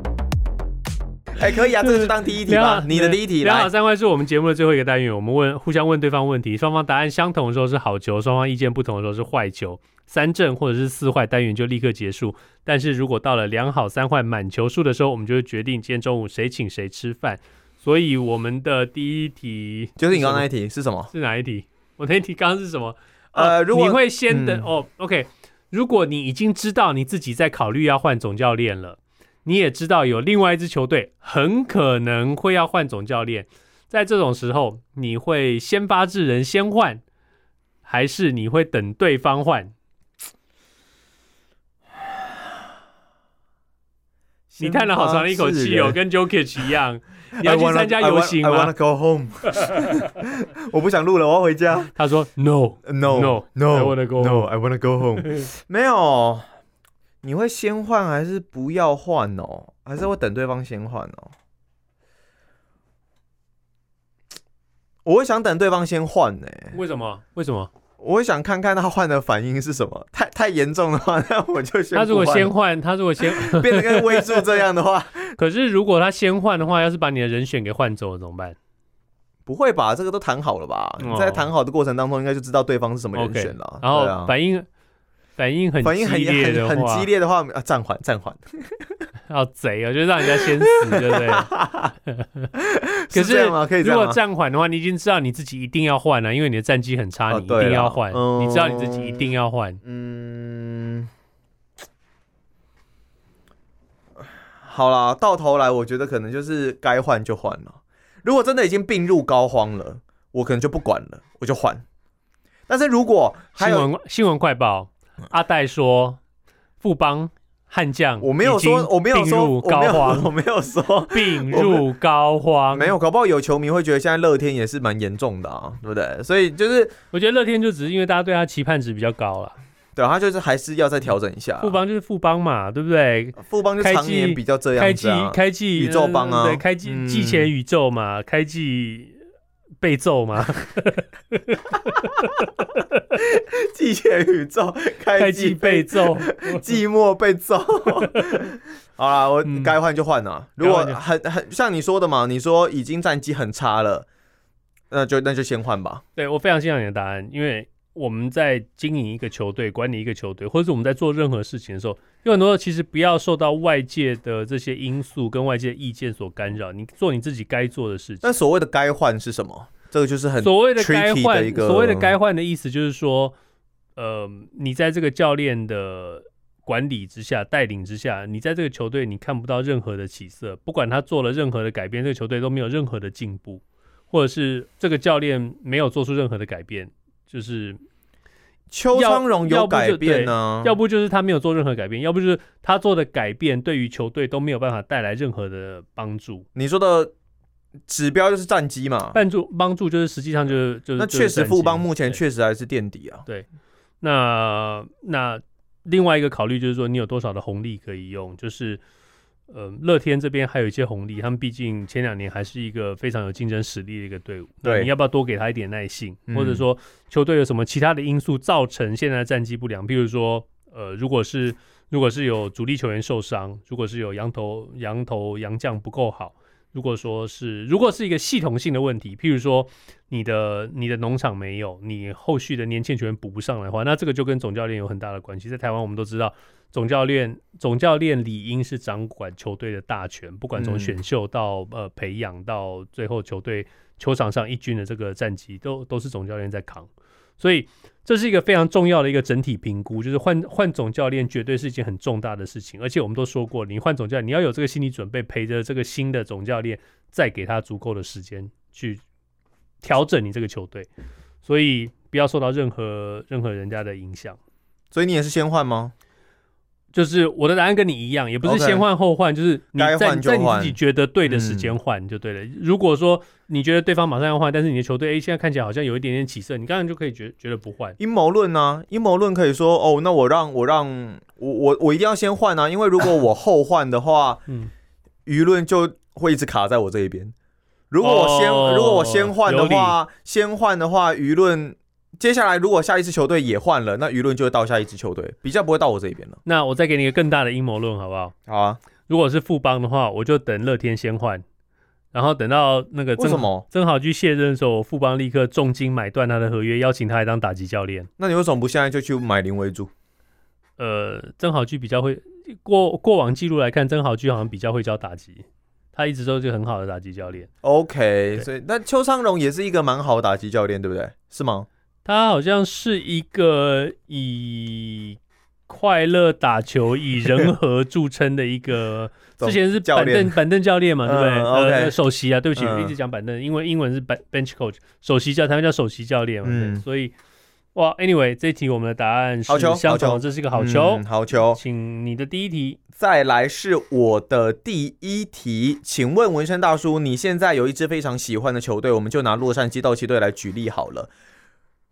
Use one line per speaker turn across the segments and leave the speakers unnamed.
Ager 哎，可以 啊，这就当第一题
两
吧
好，
你的第一题
两好
来。
三坏是我们节目的最后一个单元，我们问互相问对方问题，双方答案相同的时候是好球，双方意见不同的时候是坏球。三正或者是四坏单元就立刻结束，但是如果到了两好三坏满球数的时候，我们就会决定今天中午谁请谁吃饭。所以我们的第一题
就是你刚
什么
刚那一题是什么？
是哪一题？我那一题刚刚是什么？
呃如果
哦你会先等、
嗯
哦，OK，如果你已经知道你自己在考虑要换总教练了，你也知道有另外一支球队很可能会要换总教练，在这种时候，你会先发制人先换，还是你会等对方换？你叹了好长的一口气哦，跟 Jokic 一样，你要去参加游行
I wanna
吗？
go home 。我不想录了，我要回家。
他说 No，
No
No,
no
I wanna go
no I wanna go home 没有，你会先换还是不要换哦？还是会等对方先换哦？我会想等对方先换呢、
为什么？为什么？
我会想看看他换的反应是什么。太太严重的话， 那我就先
他如果
不换
先换，他如果先，
变得跟微助这样的话，
可是如果他先换的话，要是把你的人选给换走了怎么办？
不会吧？这个都谈好了吧？
哦
在谈好的过程当中，应该就知道对方是什么人
OK，
选了。
然
对啊
后反应反应很
反应
激
很
烈的
很
话，
很激烈的话，啊，暂缓暂缓，
好贼哦，就让人家先死，对不对？ 可
这样吗？可以这
如
样
果
吗？
暂缓的话，你已经知道你自己一定要换啊了，因为你的战绩很差，
哦
你一
对
定要
啦
换，
嗯
你知道你自己一定要换。
嗯，好啦，到头来我觉得可能就是该换就换了。如果真的已经病入膏肓了，我可能就不管了，我就换。但是如果还
新
有，
闻新闻快报，阿戴说富邦悍将，
我没有说，我没有
病
说，
入
我没
膏
有，
肓，
我没有说，
病入膏肓，
啊没有，搞不好有球迷会觉得现在乐天也是蛮严重的啊，对不对？所以就是，
我觉得乐天就只是因为大家对他期盼值比较高了，
对啊他就是还是要再调整一下。啊
富邦就是富邦嘛，对不对？
富邦就常
开
年
季
比较这
开
样
季
子啊，
开季
宇宙帮啊
对，开季
嗯
季前宇宙嘛，开季被揍嘛，
季前宇宙 开
开
季
季
被
被揍，
寂寞被 揍。好啦，我
嗯
该换就换啦。如果
该换就
很很像你说的嘛，你说已经战绩很差了，那就那就先换吧。
对我非常欣赏你的答案，因为我们在经营一个球队、管理一个球队，或者是我们在做任何事情的时候，有很多时候其实不要受到外界的这些因素跟外界的意见所干扰，你做你自己该做的事情。
但所谓的该换是什么？这个就是很
所谓的该
tricky 的一
换，
个
所谓的该换的意思就是说，呃，你在这个教练的管理之下、带领之下，你在这个球队你看不到任何的起色，不管他做了任何的改变，这个球队都没有任何的进步，或者是这个教练没有做出任何的改变，就是
嗯邱昌荣有改变啊呢、
要不就是他没有做任何改变，要不就是他做的改变对于球队都没有办法带来任何的帮助。
你说的指标就是战绩嘛？
帮助帮助就是实际上就是就是
那
就是
确实，
战绩
富邦目前
对
确实还是垫底啊。
那那另外一个考虑就是说，你有多少的红利可以用？就是呃，乐天这边还有一些红利，他们毕竟前两年还是一个非常有竞争实力的一个队伍。那
对
你要不要多给他一点耐性？
嗯
或者说，球队有什么其他的因素造成现在的战绩不良？譬如说，呃，如果是如果是有主力球员受伤，如果是有羊头羊头羊将不够好。如果说是，如果是一个系统性的问题，譬如说你的你的农场没有，你后续的年轻球员补不上来的话，那这个就跟总教练有很大的关系。在台湾，我们都知道，总教练总教练理应是掌管球队的大权，不管从
嗯
选秀到、呃培养到最后球队球场上一军的这个战绩，都都是总教练在扛。所以这是一个非常重要的一个整体评估，就是换换总教练绝对是一件很重大的事情。而且我们都说过，你换总教练，你要有这个心理准备，陪着这个新的总教练，再给他足够的时间去调整你这个球队，所以不要受到任何任何人家的影响。
所以你也是先换吗？
就是我的答案跟你一样，也不是
OK
先换后换，就是你
该
在
换嗯
你
就
在你
换
自己觉得对的时间换就对了。如果说你觉得对方马上要换，但是你的球队哎现在看起来好像有一点点起色，你当然就可以觉觉得不换。
阴谋论呢？阴谋论可以说哦，那我让我让我我我一定要先换啊，因为如果我后换的话，
嗯，
舆论就会一直卡在我这一边。如果我先、
哦
如果我先换的
有
话，先换的话，舆论接下来如果下一支球队也换了，那舆论就会到下一支球队，比较不会到我这一边了。
那我再给你一个更大的阴谋论好不好？
好啊，
如果是富邦的话，我就等乐天先换，然后等到那个
为什
曾
么？
曾好居卸任的时候，富邦立刻重金买断他的合约，邀请他来当打击教练。
那你为什么不现在就去买林为主？
呃，曾好居比较会过过往记录来看，曾好居好像比较会教打击，他一直都是很好的打击教练。
OK，
对
所以那邱昌荣也是一个蛮好的打击教练，对不对？是吗？
他好像是一个以快乐打球、以人和著称的一个，
总
之前是
教
板
练
凳板凳教练嘛，对不对？
嗯
呃，
OK
首席啊，对不起，
嗯
一直讲板凳，因为英文是 ben- bench coach，首席教，他们叫首席教练嘛，
嗯
对所以哇，anyway，这一题我们的答案是
好球
相
好
同
球
的，这是一个好球
嗯，好球。
请你的第一题，
再来是我的第一题，请问纹身大叔，你现在有一支非常喜欢的球队，我们就拿洛杉矶道奇队来举例好了。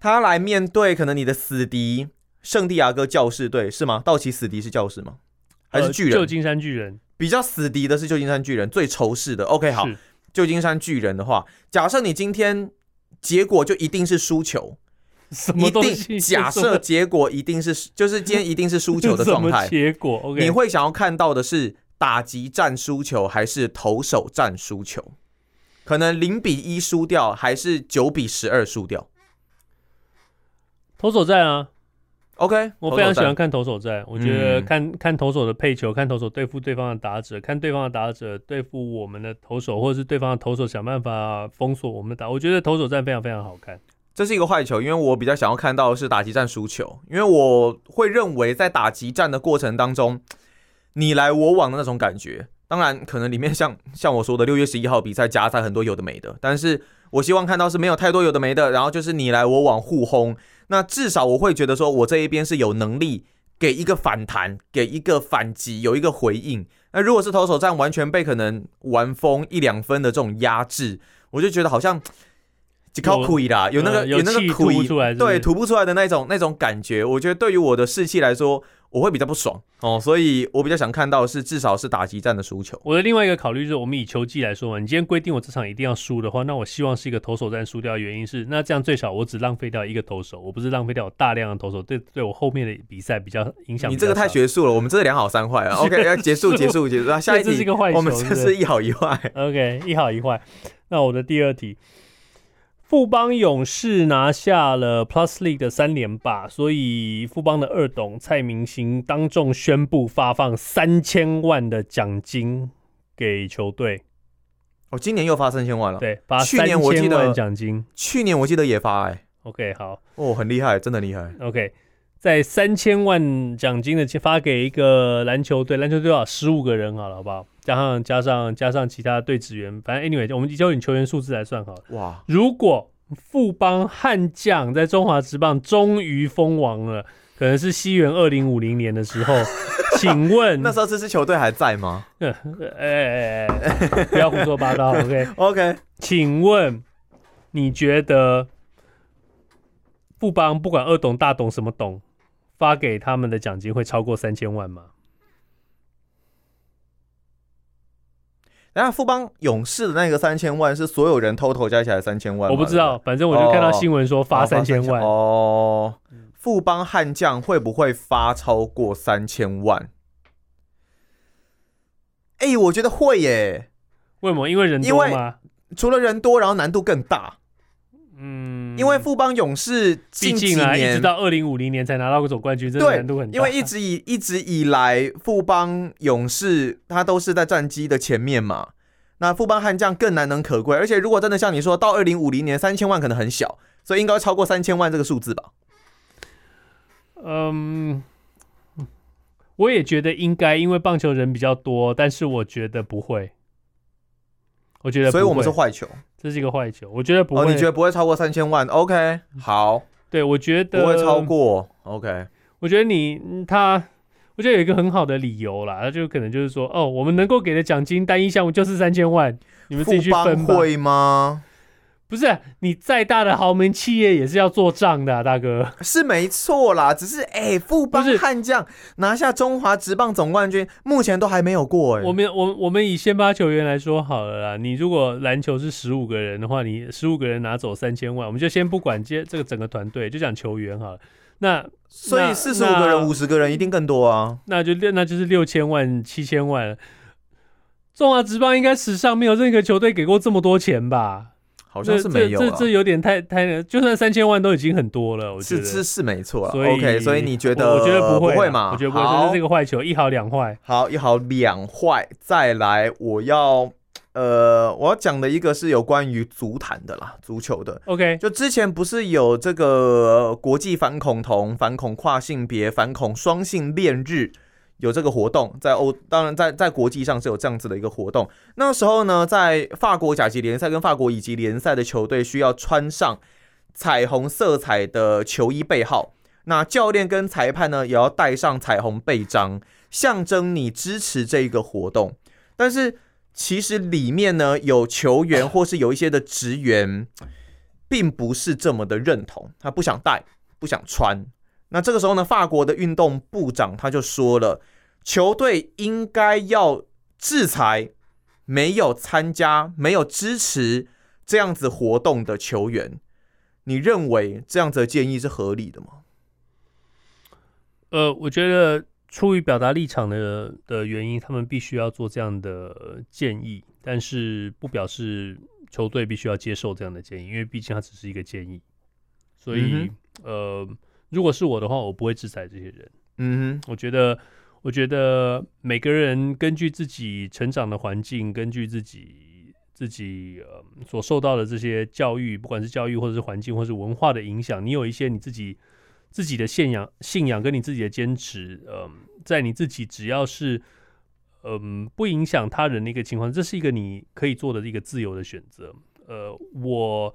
他来面对可能你的死敌圣地亚哥教士队是吗？道奇死敌是教士吗？还是
呃
巨
旧
人？
金山巨人，
比较死敌的是旧金山巨人，最仇视的。OK，好哎
是，
旧金山巨人的话，假设你今天结果就一定是输球，
什么
一
东
定
西？
假
什
设
么
结果一定是就是今天一定是输球的
什
状
么
态。
结果？OK，
你会想要看到的是打击战输球，还是投手战输球？可能零比一输掉，还是九比十二输掉
投手战啊，
？OK，
我非常喜
投
欢
手战。
看投手战，我觉得
嗯
看、看投手的配球，看投手对付对方的打者，看对方的打者对付我们的投手，或者是对方的投手想办法封锁我们的打，我觉得投手战非常非常好看。
这是一个坏球，因为我比较想要看到的是打击战输球，因为我会认为在打击战的过程当中，你来我往的那种感觉。当然，可能里面像像我说的六月十一号比赛夹杂很多有的没的，但是我希望看到是没有太多有的没的，然后就是你来我往互轰。那至少我会觉得说，我这一边是有能力给一个反弹，给一个反击，有一个回应。那如果是投手战完全被可能玩疯一两分的这种压制，我就觉得好像只靠苦啦，有那个、
呃
有那个
气
苦
吐不出来是不是
对，吐不出来的那种那种感觉，我觉得对于我的士气来说，我会比较不爽哦，所以我比较想看到的是至少是打击战的输球。
我的另外一个考虑就是，我们以球技来说嘛，你今天规定我这场一定要输的话，那我希望是一个投手战输掉的原因是，那这样最少我只浪费掉一个投手，我不是浪费掉我大量的投手，对对我后面的比赛比较影响比较少。
你这个太学术了，我们这是两好三 坏啊。OK，要结束，结束，结束。下一
这是一
题，
个坏球，
我们
对
这
不对
是一好一坏。
OK，一好一坏。那我的第二题，富邦勇士拿下了 Plus League 的三连霸，所以富邦的二董蔡明星当众宣布发放三千万的奖金给球队，
哦，今年又发三千万了。
对，发
去
三
年我记
千
得
万奖金。
去年我记得也发哎、
OK，好
哦，很厉害，真的厉害。
，OK。在三千万奖金的发给一个篮球队，篮球队啊十五个人好了，好不好？加上加上加上其他队职员，反正 anyway，我们就以球员数字来算好了。
哇，
如果富邦悍将在中华职棒终于封王了，可能是西元二零五零年的 时候，请问
那时候这支球队还在吗
呃哎、哎哎不要胡说 八道，OK？
？OK，
请问你觉得富邦不管二董大董什么董，发给他们的奖金会超过三千万吗？
然后富邦勇士的那个三千万是所有人偷偷加起来三千万吗，
我不知道，反正我就看到
哦
新闻说发
哦
三千万，
哦。富邦悍将会不会发超过三千万？哎、我觉得会耶，
为什么？因为人
因
多
为
吗？
除了人多，然后难度更大，
嗯，
因为富邦勇士
毕
近几
竟啊，一直
年
到二零五零年才拿到总冠军，真的
对
难度很，大。
因为一直以一直以来富邦勇士他都是在战机的前面嘛。那富邦悍将更难能可贵，而且如果真的像你说到二零五零年三千万可能很小，所以应该会超过三千万这个数字吧？
嗯，我也觉得应该，因为棒球人比较多，但是我觉得不会。我觉得不
所以我们是
会
坏球
这是一个坏球，我觉得不会。嗯
哦，你觉得不会超过三千万？OK，好，
对，我觉得
不会超。过。OK，
我觉得你嗯他，我觉得有一个很好的理由啦，那就可能就是说，哦，我们能够给的奖金单一项目就是三千万，你们自己
富
去
邦
分吧。
会吗？
不是啊，你再大的豪门企业也是要做账的、啊，大哥。
是没错啦，只是哎、富邦
不是
悍将拿下中华职棒总冠军，目前都还没有过哎、
我们我我们以先发球员来说好了啦，你如果篮球是十五个人的话，你十五个人拿走三千万，我们就先不管这这个整个团队，就讲球员好了。那
所以
那
四十五个人、
那
五十个人一定更多啊。
那就六那就是六千万、七千万了。中华职棒应该史上没有任何球队给过这么多钱吧？
好像是没有啊
这
啦
这这有点太太那，就算三千万都已经很多了，我觉
是
得。
是是没错啦。
所以
OK，所以你觉得
我我觉得
不
会啦，
嘛？
我觉得不会，
好
这是这个坏球，一好两坏。
好，一好两坏，再来，我要呃，我要讲的一个是有关于足坛的啦，足球的。
OK，
就之前不是有这个呃国际反恐同、反恐跨性别、反恐双性恋日有这个活动，在欧当然在在国际上是有这样子的一个活动。那时候呢，在法国甲级联赛跟法国乙级联赛的球队需要穿上彩虹色彩的球衣背号，那教练跟裁判呢也要戴上彩虹背章，象征你支持这一个活动。但是其实里面呢有球员或是有一些的职员。并不是这么的认同，他不想戴，不想穿。那这个时候呢，法国的运动部长他就说了，球队应该要制裁没有参加、没有支持这样子活动的球员。你认为这样子的建议是合理的吗？
呃，我觉得出于表达立场的的原因，他们必须要做这样的呃建议，但是不表示球队必须要接受这样的建议，因为毕竟它只是一个建议。所以
嗯、
呃，如果是我的话，我不会制裁这些人。
嗯
我觉得，我觉得每个人根据自己成长的环境，根据自己自己呃所受到的这些教育，不管是教育或者是环境或是文化的影响，你有一些你自己自己的信仰、信仰跟你自己的坚持，嗯、在你自己只要是嗯、不影响他人的一个情况，这是一个你可以做的一个自由的选择。呃，我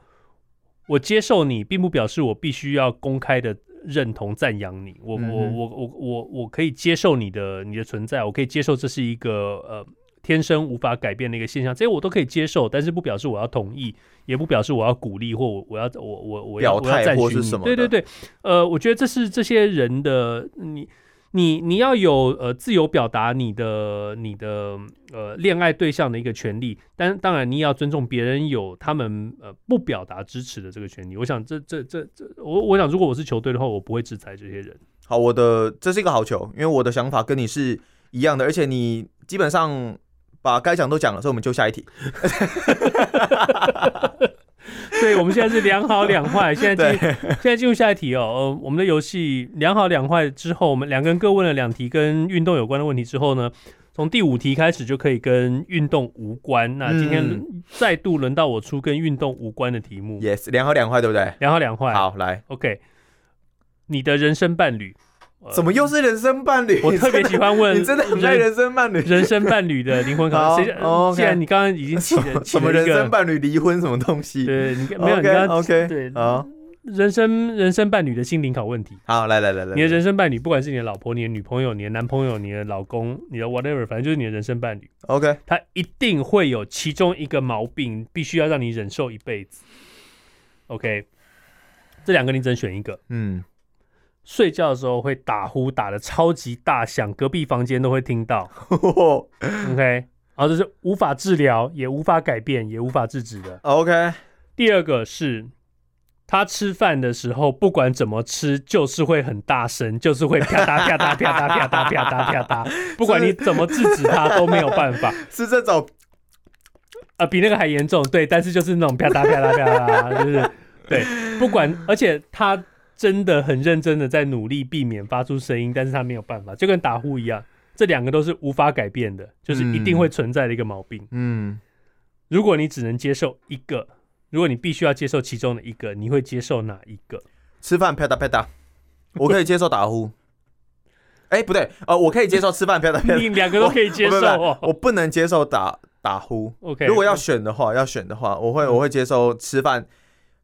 我接受你，并不表示我必须要公开的认同赞扬你。我
嗯
我
哼
我我我我可以接受你的你的存在，我可以接受这是一个呃天生无法改变的一个现象，这些我都可以接受，但是不表示我要同意，也不表示我要鼓励或我我要我我我要
表态
我要赞许
或是
你
什么
对
的
对对，呃，我觉得这是这些人的你。你你要有呃自由表达你的你的呃恋爱对象的一个权利，但当然你也要尊重别人有他们呃不表达支持的这个权利。我想这这这这我我想如果我是球队的话，我不会制裁这些人。
哼，好，我的这是一个好球，因为我的想法跟你是一样的，而且你基本上把该讲都讲了，所以我们就下一题。
对，我们现在是两好两坏，现在进现在进入下一题哦。呃，我们的游戏两好两坏之后，我们两个人各问了两题跟运动有关的问题之后呢，从第五题开始就可以跟运动无关。那今天
嗯
再度轮到我出跟运动无关的题目，
Yes，两好两坏，对不对？
两好两坏。
好，来，
，OK，你的人生伴侣、呃
怎么又是人生伴 侣？
我特别喜欢问
你真的很爱
人
人生伴侣？
人生伴侣的灵魂考
好
试。谁
哦，OK
既然你刚刚已经起了起
什么
了
人
一
生
个，
伴侣离婚什么东西？
对，你没有，你
OK，
刚刚
OK，
对
好，
人生人生伴侣的心灵考问题。
好，来来来来，
你的人生伴侣，不管是你的老婆、你的女朋友、你的男朋友、你的老公、你的 whatever，反正就是你的人生伴侣，
OK，
他一定会有其中一个毛病，必须要让你忍受一辈子。OK，这两个你只能选一个。
嗯，
睡觉的时候会打呼，打的超级大响，隔壁房间都会听到。OK，然后这是无法治疗，也无法改变，也无法制止的。
OK，
第二个是，他吃饭的时候不管怎么吃，就是会很大声，就是会啪嗒啪嗒啪嗒啪嗒啪嗒啪嗒，不管你怎么制止他都没有办法。
是这种
啊，比那个还严重，对，但是就是那种啪嗒啪嗒啪嗒，就是对，不管，而且他真的很认真的在努力避免发出声音，但是他没有办法，就跟打呼一样，这两个都是无法改变的，就是一定会存在的一个毛病。
嗯，
如果你只能接受一个，如果你必须要接受其中的一个，你会接受哪一个？
吃饭啪嗒啪 嗒，我可以接受打呼。 哎，不对，呃，我可以接受吃饭啪嗒啪
你
嗒，
两个都可以接
我
受
不不不
哦。
我不能接受打打呼。
OK，嗯
如果要选的话，要选的话，我会我会接受吃饭，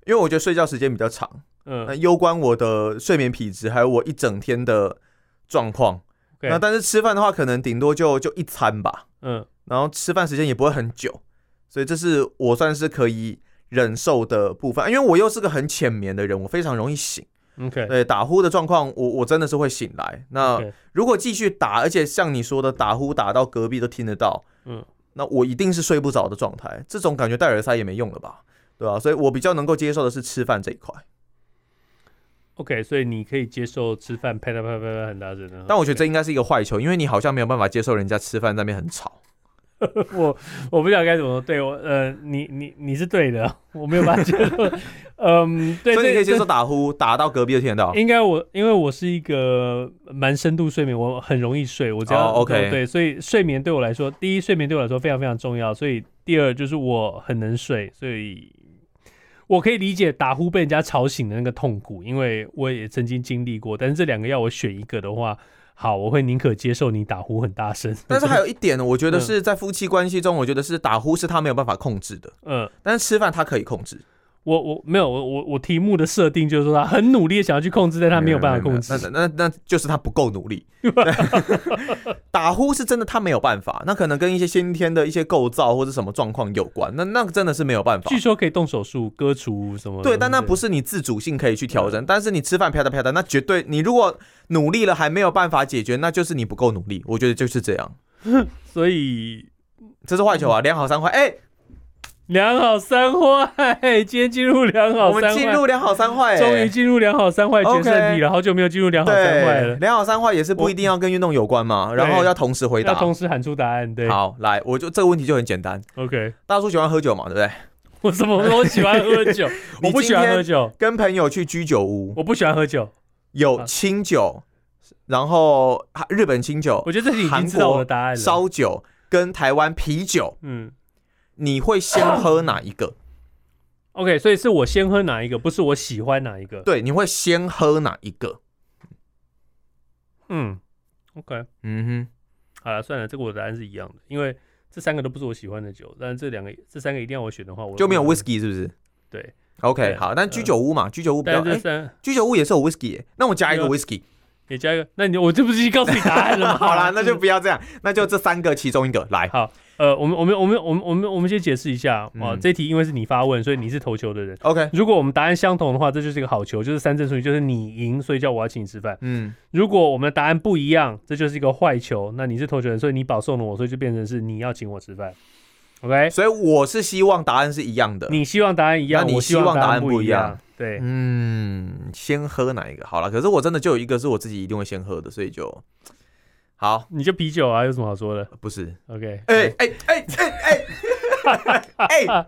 因为我觉得睡觉时间比较长。那
嗯，
攸关我的睡眠品质，还有我一整天的状况。
OK
那但是吃饭的话，可能顶多就就一餐吧，
嗯，
然后吃饭时间也不会很久，所以这是我算是可以忍受的部分。因为我又是个很浅眠的人，我非常容易醒。
OK，
对打呼的状况，我我真的是会醒来。那
OK
如果继续打，而且像你说的打呼打到隔壁都听得到，
嗯，
那我一定是睡不着的状态。这种感觉戴耳塞也没用了吧？对吧、所以我比较能够接受的是吃饭这一块，
OK，所以你可以接受吃饭啪嗒啪嗒啪嗒很大声的。
但我觉得这应该是一个坏球，因为你好像没有办法接受人家吃饭在那边很吵。
我 我不知道该怎么说对我呃，你你你是对的，我没有办法接受。 嗯，对，
所以你
这
可以接
这
受打呼打到隔壁都听得到。
应该我因为我是一个蛮深度睡眠，我很容易睡，我只要、
哦，OK
对对，所以睡眠对我来说，第一睡眠对我来说非常非常重要，所以第二就是我很能睡，所以我可以理解打呼被人家吵醒的那个痛苦，因为我也曾经经历过。但是这两个要我选一个的话，好，我会宁可接受你打呼很大声，
但是还有一点呢，我觉得
嗯
是在夫妻关系中，我觉得是打呼是他没有办法控制 的，
嗯。
但是吃饭他可以控制，
我我没有我我我题目的设定就是说他很努力的想要去控制，但他没有办法控制。
那那那那就是他不够努 力。打呼是真的他没有办法，那可能跟一些先天的一些构造或者什么状况有关，那那真的是没有办法
据。说可以动手术割除什么？
对，但那不
是
是你自主性可以去调整，但是你吃饭啪嗒啪嗒，那绝对你如果努力了还没有办法解决，那就是你不够努力。我觉得就是这样，
所以
这是坏球
嗯
啊，两好三坏。哎、
良好三坏，今天进入良好
我们
三
进
坏，
入两好三坏、哎
终于进入良好三坏决胜题了，好久没有进入良好三坏
对，
了。
良好三坏也是不一定要跟运动有关嘛，然后要同时回
要
答。
同时喊出答案，对
好，来，我就这个问题就很简单。
，OK。
大叔喜欢喝酒嘛，对不对？
我什么？我喜欢喝酒，
你
我不喜欢喝酒，
跟朋友去居酒屋，
我不啊喜欢喝酒。
有清酒，然后啊日本清酒
我、觉得这题已经知道我的答案了。
烧酒跟台湾啤酒，
嗯
你会先喝哪一个？
，OK，所以是我先喝哪一个，不是我喜欢哪一个。
对，你会先喝哪一个？
嗯，OK。
嗯
好了，算了，这个我的答案是一样的，因为这三个都不是我喜欢的酒，但是这两个、这三个一定要我选的话，我
哼，就没有
我
whisky 是不是
对，
？OK，
对啊
好，但居酒屋嘛，居酒屋比
但
较，
是这
哎，
三、
居酒屋也是有 whisky，耶那我加一个
对啊
whisky。
也加一个，那你我这不是已经告诉你答案了 吗？
好啦，那就是不要这样，那就这三个其中一个来。
呃，我们我们我们我们我们我们先解释一下啊、
嗯
这题因为是你发问，所以你是投球的人。
OK，
如果我们答案相同的话，这就是一个好球，就是三正数理，就是你赢，所以叫我要请你吃饭。
嗯，
如果我们的答案不一样，这就是一个坏球，那你是投球人，所以你保送了我，所以就变成是你要请我吃饭。OK，
所以我是希望答案是一样的。
你希望答案一样，
那你
我
希望
答
答案不
不
一
样
样。
对，
嗯，先喝哪一个？好了，可是我真的就有一个是我自己一定会先喝的，所以就好，
你就啤酒啊，有什么好说的
呃不是？
？OK，
哎哎哎哎哎 哎，
好，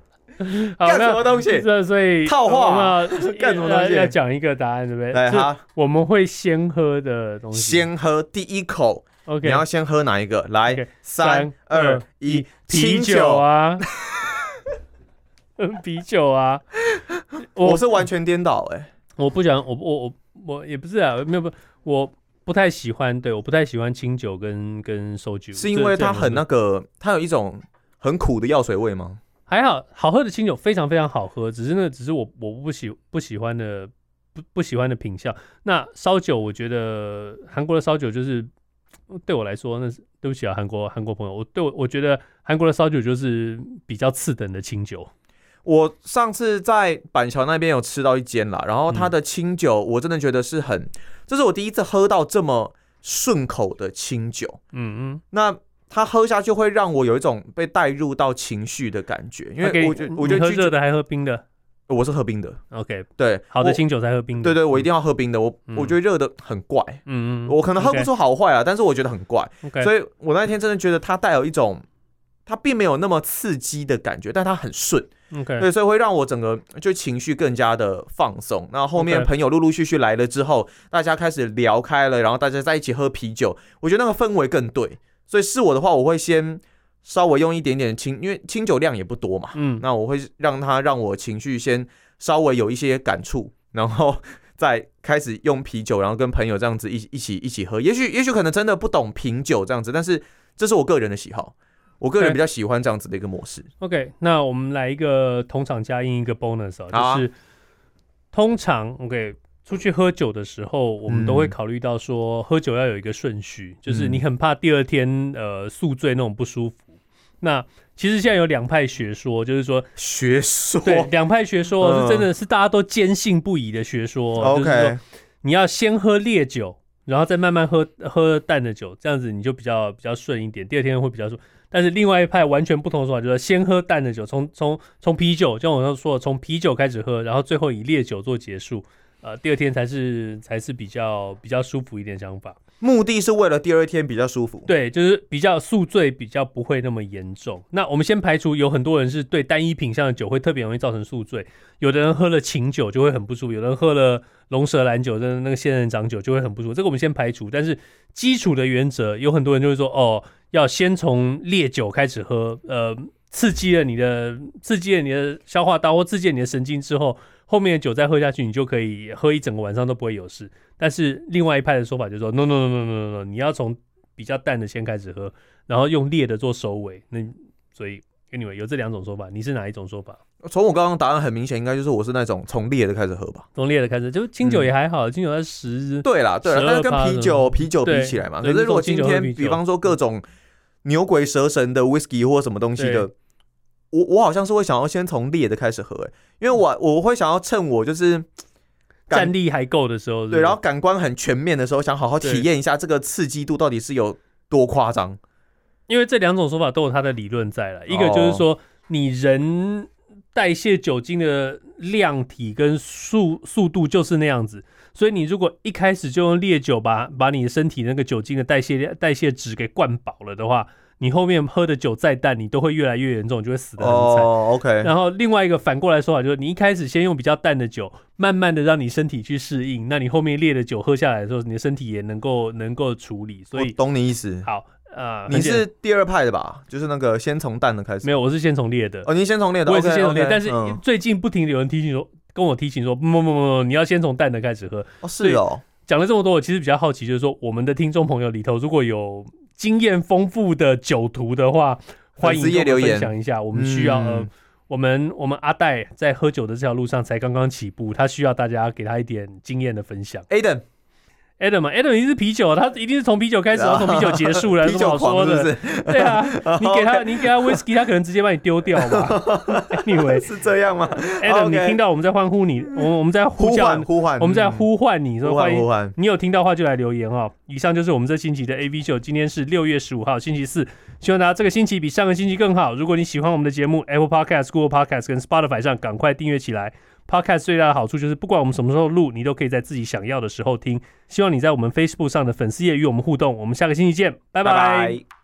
干什
那
么东西？
这所以
套话啊
我们要
干什么东西
要要讲一个答案，对不对？
来
是
哈，
我们会先喝的东西。
先喝第一口，你
OK，
要先喝哪一个？来
OK，，
三
二
二一，
啤
清
酒！啊， 啤酒啊，
我是完全颠倒哎，
我不喜欢，我我我我也不是啊，没有不我。不太喜欢，对，我不太喜欢清酒跟跟收酒，
是因为
这
它很那，个，它有一种很苦的药水味吗？
这两个还好，好喝的清酒非常非常好喝，只是那只是我我不喜不喜欢的不不喜欢的品相。那烧酒，我觉得韩国的烧酒就是对我来说，那是对不起啊，韩国韩国朋友，我对我我觉得韩国的烧酒就是比较次等的清酒。
我上次在板桥那边有吃到一间啦，然后它
嗯
的清酒我真的觉得是很，这是我第一次喝到这么顺口的清酒。
嗯嗯，
那它喝下去会让我有一种被带入到情绪的感觉，因
那给
为
你
我觉
你
我觉得
喝
居
热的还喝冰的
我是喝冰的，
，OK，
对，
好的
我
清酒才喝冰的。
对对，我一定要喝冰的，我
嗯
我觉得热的很怪，
嗯，嗯嗯，
我可能喝不出好坏啊，但是我觉得很怪，
OK，
所以我那天真的觉得它带有一种。它并没有那么刺激的感觉，但它很顺，
OK，
对，所以会让我整个就情绪更加的放松。那后面
OK
朋友陆陆续续来了之后，大家开始聊开了，然后大家在一起喝啤酒，我觉得那个氛围更对。所以是我的话，我会先稍微用一点点清，因为清酒量也不多嘛，
嗯，
那我会让它让我情绪先稍微有一些感触，然后 再开始用啤酒，然后跟朋友这样子一起一起一起喝。也许也许可能真的不懂品酒这样子，但是这是我个人的喜好，我个人
对
比较喜欢这样子的一个模式。
OK，那我们来一个同场加印一个 bonus 哦
好
啊，
啊
就是通常 OK，出去喝酒的时候，我们都
嗯
会考虑到说，喝酒要有一个顺序，就是你很怕第二天呃宿醉那种不舒服。那其实现在有两派学说，就是说，
学说
对两派学说
嗯
是真的是大家都坚信不疑的学说。哦就是说
，OK，
你要先喝烈酒，然后再慢慢喝喝淡的酒，这样子你就比较比较顺一点，第二天会比较顺。但是另外一派完全不同的说法，就是先喝淡的酒，从从从啤酒，就像我刚才说的，从啤酒开始喝，然后最后以烈酒做结束，呃，第二天才是才是比较比较舒服一点想法。
目的是为了第二天比较舒服。
对，就是比较宿醉，比较不会那么严重。那我们先排除有很多人是对单一品相的酒会特别容易造成宿醉，有的人喝了琴酒就会很不舒服，有的人喝了龙舌兰酒，真的那个仙人掌酒就会很不舒服。这个我们先排除，但是基础的原则，有很多人就会说，哦，要先从烈酒开始喝，呃，刺激了你的刺激了你的消化道或刺激了你的神经之后，后面的酒再喝下去，你就可以喝一整个晚上都不会有事。但是另外一派的说法就是说，no no no no no no，no，你要从比较淡的先开始喝，然后用烈的做收尾。那所以 anyway 有这两种说法，你是哪一种说法？
从我刚刚答案很明显，应该就是我是那种从烈的开始喝吧。
从烈的开始，就
嗯
清酒也还好，清酒在十。
对啦，对啦，
12
但是跟啤酒啤酒
对
比起来嘛，可
对
是如果今
那种
天
清酒喝啤酒
比方说各种牛鬼蛇神的 whisky 或什么东西的，我我好像是会想要先从烈的开始喝、欸，因为我我会想要趁我就是感
战力还够的时候是不是
对，然后感官很全面的时候，想好好
对
体验一下这个刺激度到底是有多夸张。
因为这两种说法都有它的理论在
哦
了，一个就是说你人代谢酒精的量体跟速速度就是那样子，所以你如果一开始就用烈酒把把你的身体那个酒精的代谢量代谢值给灌饱了的话，你后面喝的酒再淡，你都会越来越严重，你就会死的很惨。
哦，OK，
然后另外一个反过来说法就是，你一开始先用比较淡的酒，慢慢的让你身体去适应，那你后面烈的酒喝下来的时候，你的身体也能够能够处理。所
我
以
懂你意思。
好，呃，
你
很简
是第二派的吧？就是那个先从淡的开始。
没有，我是先从烈的，
哦，您先从烈的，
我也是先从
OK，OK，
烈的，但是
嗯
最近不停的有人提醒说，跟我提醒说，不不不不，你要先从淡的开始喝。
哦是哦，
讲了这么多，我其实比较好奇，就是说我们的听众朋友里头，如果有经验丰富的酒徒的话，欢迎
粉丝页
跟我们
留言
分享一下，我们需要、
嗯
呃，我们我们阿戴在喝酒的这条路上才刚刚起步，他需要大家给他一点经验的分享。啊
Aden
Adam，Adam 一定是啤酒，他一定是从啤酒 开始，然后从啤酒结束了，有
啤
什
酒
么好说
狂是
的
不？是？
对啊，你 给他你给他 whisky，他可能直接把你丢掉吧。Anyway，Adam，
是 这样吗？
你
OK
听到我们在欢呼你，我们我们在呼
呼
叫
唤
你，
呼唤，
我们在
嗯
呼唤你，说
呼
欢
唤
迎
呼唤。
你有听到的话就来留言哦。以上就是我们这星期的 AV 秀，今天是六月十五号，星期四。希望大家这个星期比上个星期更好。如果你喜欢我们的节目，Apple Podcast、Google Podcast 跟 Spotify 上赶快订阅起来。Podcast 最大的好处就是，不管我们什么时候录，你都可以在自己想要的时候听。希望你在我们 Facebook 上的粉丝页与我们互动。我们下个星期见，拜拜